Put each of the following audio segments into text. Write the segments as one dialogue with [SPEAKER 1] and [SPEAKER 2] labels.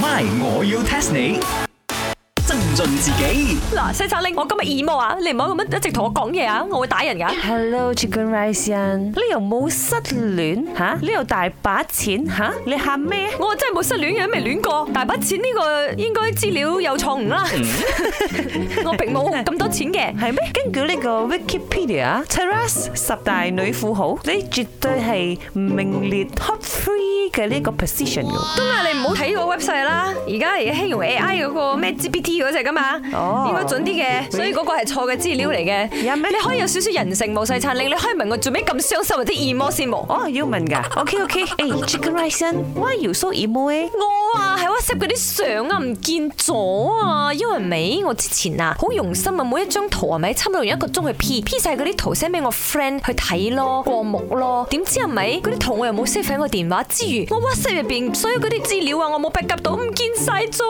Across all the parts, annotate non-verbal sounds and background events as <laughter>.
[SPEAKER 1] My，我要 test 你。增進自己
[SPEAKER 2] 嗱，西沙拎，我今日 emo 啊，你唔好咁樣一直同我講嘢啊，我會打人噶。
[SPEAKER 3] Hello Chicken Rice 人，呢度冇失戀吓，呢度大把錢吓，你喊咩啊？
[SPEAKER 2] 我真係冇失戀嘅，未戀過。大把錢呢個應該資料有錯誤啦。我並冇咁多錢嘅。
[SPEAKER 3] 係咩？根據呢個 Wikipedia Terrace 十大女富豪，你絕對係名列 Top Three 嘅呢個 position 嘅。
[SPEAKER 2] 咁啊，你唔好睇個 website 啦，而家而家興用 AI 嗰個咩 GPT 嗰只噶嘛，
[SPEAKER 3] 哦
[SPEAKER 2] 應該準啲嘅，所以嗰個係錯嘅資料嚟嘅。
[SPEAKER 3] 有咩
[SPEAKER 2] 你可以有少少人性冇西餐拎，你可以問我做咩咁傷心或者 emo 先冇。
[SPEAKER 3] 哦，要問㗎。OK OK，誒 Chicken Rice 人，Why you so emo 誒？
[SPEAKER 2] 我啊喺 WhatsApp 嗰啲相啊唔見咗啊，因為咪我之前啊好用心啊，每一張圖係咪差唔多用一個鐘去 P P 晒嗰啲圖 send 俾我 friend 去睇咯，過目咯。點知係咪嗰啲圖我又冇 save 喺我電話之餘，我 WhatsApp 入邊所有嗰啲資料啊，我冇 backup 到，唔見晒咗。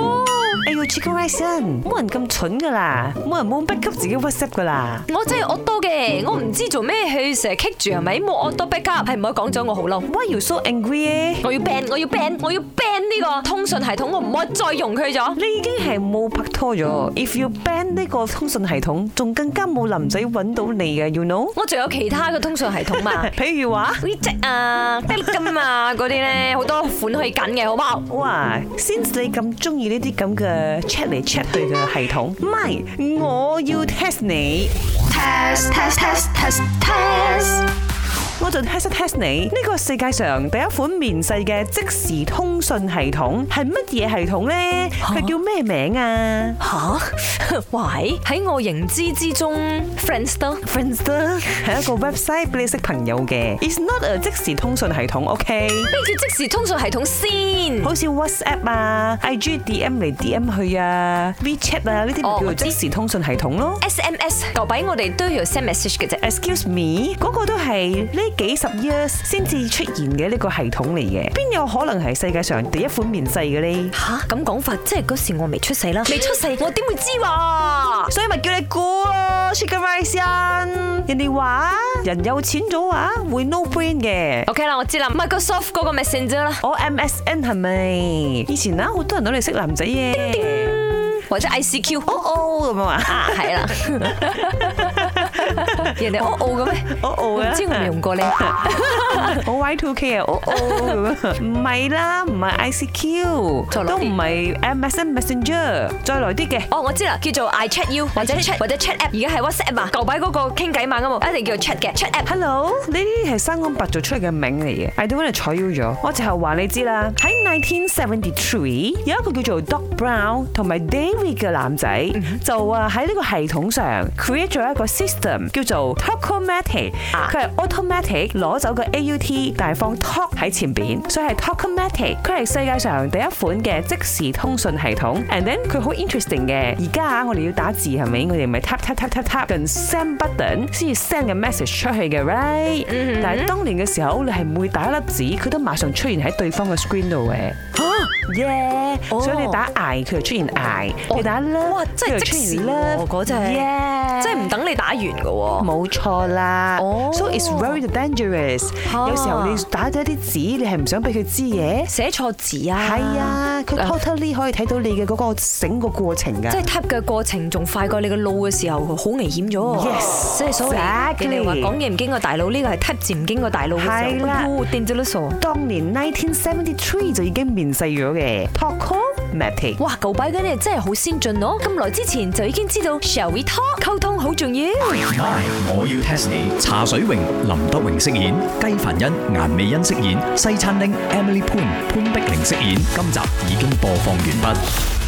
[SPEAKER 3] 哎呦，Chicken Rice 人，冇人咁蠢㗎啦，冇人冇 backup 自己 WhatsApp 㗎啦。
[SPEAKER 2] 我真係惡多嘅，我唔知做咩去成日棘住係咪冇惡多 backup，係唔可以講咗我好嬲。
[SPEAKER 3] Why you so angry 誒？
[SPEAKER 2] 我要 ban，我要 ban，我要 ban 呢個通訊系統，我唔可以再用佢咗。
[SPEAKER 3] 你已經係冇拍拖咗，if you ban 呢個通訊系統，仲更加冇林仔揾到你嘅，you know？
[SPEAKER 2] 我仲有其他嘅通訊系統嘛？
[SPEAKER 3] 譬如話，
[SPEAKER 2] 嗰啲積啊、得金啊嗰啲咧，好多款可以揀嘅，好唔好？
[SPEAKER 3] 哇，since 你咁中意呢啲咁嘅 check 嚟 check 去嘅系統，唔係，我要 test 你，
[SPEAKER 4] test test test test test
[SPEAKER 3] 我就 test 一 test 你。呢個世界上第一款面世嘅即時通訊系統係乜嘢系統呢？佢叫咩名啊
[SPEAKER 2] <laughs> 吓？喂，喺我認知之中，Friendster
[SPEAKER 3] ？Friendster 係一個 website 俾你識朋友嘅，it's not a 即時通訊系統
[SPEAKER 2] 咩
[SPEAKER 3] ，OK？
[SPEAKER 2] 叫即時通訊系統先？
[SPEAKER 3] 好似 WhatsApp 啊、IG DM 嚟 DM 去啊、WeChat 啊呢啲
[SPEAKER 2] 哦我
[SPEAKER 3] 咪叫做
[SPEAKER 2] 知
[SPEAKER 3] 即時通訊系統咯。
[SPEAKER 2] SMS 舊底我哋都要 send message 嘅啫。
[SPEAKER 3] Excuse me，嗰個都係呢幾十 years 先至出現嘅呢個系統嚟嘅，邊有可能係世界上第一款面世嘅呢？
[SPEAKER 2] 吓咁講法，即係嗰時我未出世啦，未出世我點會知喎？
[SPEAKER 3] 所以咪叫你估咯，Chicken Rice 人。人哋話人有錢咗啊，會 no brain 嘅。
[SPEAKER 2] OK 啦，我知啦，Microsoft 嗰個 Messenger 啦，
[SPEAKER 3] 我 MSN 係咪？以前啊，好多人攞嚟識男仔嘅。
[SPEAKER 2] 或者 ICQ。
[SPEAKER 3] 哦哦咁樣啊。
[SPEAKER 2] 啊，係啦。人哋哦哦嘅咩？
[SPEAKER 3] 哦哦嘅
[SPEAKER 2] 唔知我未用過你。
[SPEAKER 3] 我 Y two K 啊，哦哦咁樣，唔係啦，唔係 I C Q，
[SPEAKER 2] 再落
[SPEAKER 3] 都
[SPEAKER 2] 啲
[SPEAKER 3] 唔係 M S N Messenger，再來啲嘅。
[SPEAKER 2] 哦，我知啦，叫做 I chat you 或者 chat 或者 chat app，而家係 WhatsApp 啊，舊擺嗰個傾偈嘛，咁啊，一定叫做 chat 嘅 chat app。
[SPEAKER 3] Hello，呢啲係生安白做出嚟嘅名嚟嘅，I don't want to 採妖咗。我就係話你知啦，喺1973有一個叫做 Doc Brown 同埋 David 嘅男仔，
[SPEAKER 2] 嗯
[SPEAKER 3] 就啊喺呢個系統上 create 咗一個 system 叫做 Talkomatic，佢係 automatic 攞走個 AUT，但係放 Talk 喺前邊，所以係 Talkomatic。佢係世界上第一款嘅即時通訊系統，and then 佢好 interesting 嘅。而家啊，我哋要打字係咪？我哋咪 tap tap tap tap tap 近 send button 先至 send 嘅 message 出去嘅，right？但
[SPEAKER 2] 嗯
[SPEAKER 3] 係當年嘅時候，你係每打一粒字，佢都馬上出現喺對方嘅 screen 度嘅。耶！
[SPEAKER 2] 哦
[SPEAKER 3] 所以你打挨，佢就出現挨；
[SPEAKER 2] 哦
[SPEAKER 3] 你打 love，
[SPEAKER 2] 哇真係
[SPEAKER 3] 佢就出
[SPEAKER 2] 即時
[SPEAKER 3] 現
[SPEAKER 2] 喎
[SPEAKER 3] love。
[SPEAKER 2] 嗰隻
[SPEAKER 3] 耶！
[SPEAKER 2] 即係唔等你打完嘅喎。
[SPEAKER 3] 冇錯啦
[SPEAKER 2] 哦
[SPEAKER 3] ，so it's very dangerous。
[SPEAKER 2] 嚇
[SPEAKER 3] 有時候你打咗一啲字，你係唔想俾佢知嘅。
[SPEAKER 2] 寫錯字啊！
[SPEAKER 3] 係，啊，佢 totally 可以睇到你嘅嗰個整個過程㗎
[SPEAKER 2] 即。係 type 嘅過程仲快過你個腦嘅時候，好危險咗。
[SPEAKER 3] Yes，
[SPEAKER 2] 即係所謂
[SPEAKER 3] exactly
[SPEAKER 2] 人哋話講嘢唔經過大腦，呢個係 type 字唔經過大腦嘅時候。
[SPEAKER 3] 係啦
[SPEAKER 2] 哦，dangerous
[SPEAKER 3] 當年1973就已經面世咗嘅 Talkomatic。
[SPEAKER 2] 哇！舊擺嗰啲真係好先進咯，咁耐之前就已經知道 shall we talk 溝通好重要。
[SPEAKER 1] ，My，我要 test 你。茶水榮、林德榮飾演，雞凡欣、顏美欣飾演，西餐廳 Emily Poon 潘碧玲飾演。今集已經播放完畢。